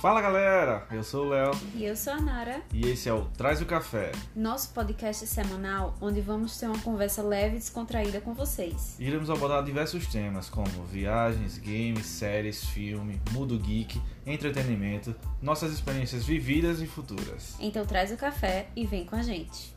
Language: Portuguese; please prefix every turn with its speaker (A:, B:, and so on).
A: Fala galera, eu sou o Léo
B: E eu sou a Nara,
A: e esse é o Traz o Café.
B: nosso podcast semanal onde vamos ter uma conversa leve e descontraída com vocês.
A: Iremos abordar diversos temas como viagens, games, séries, filme, mundo geek, entretenimento, nossas experiências vividas e futuras.
B: Então traz o café e vem com a gente.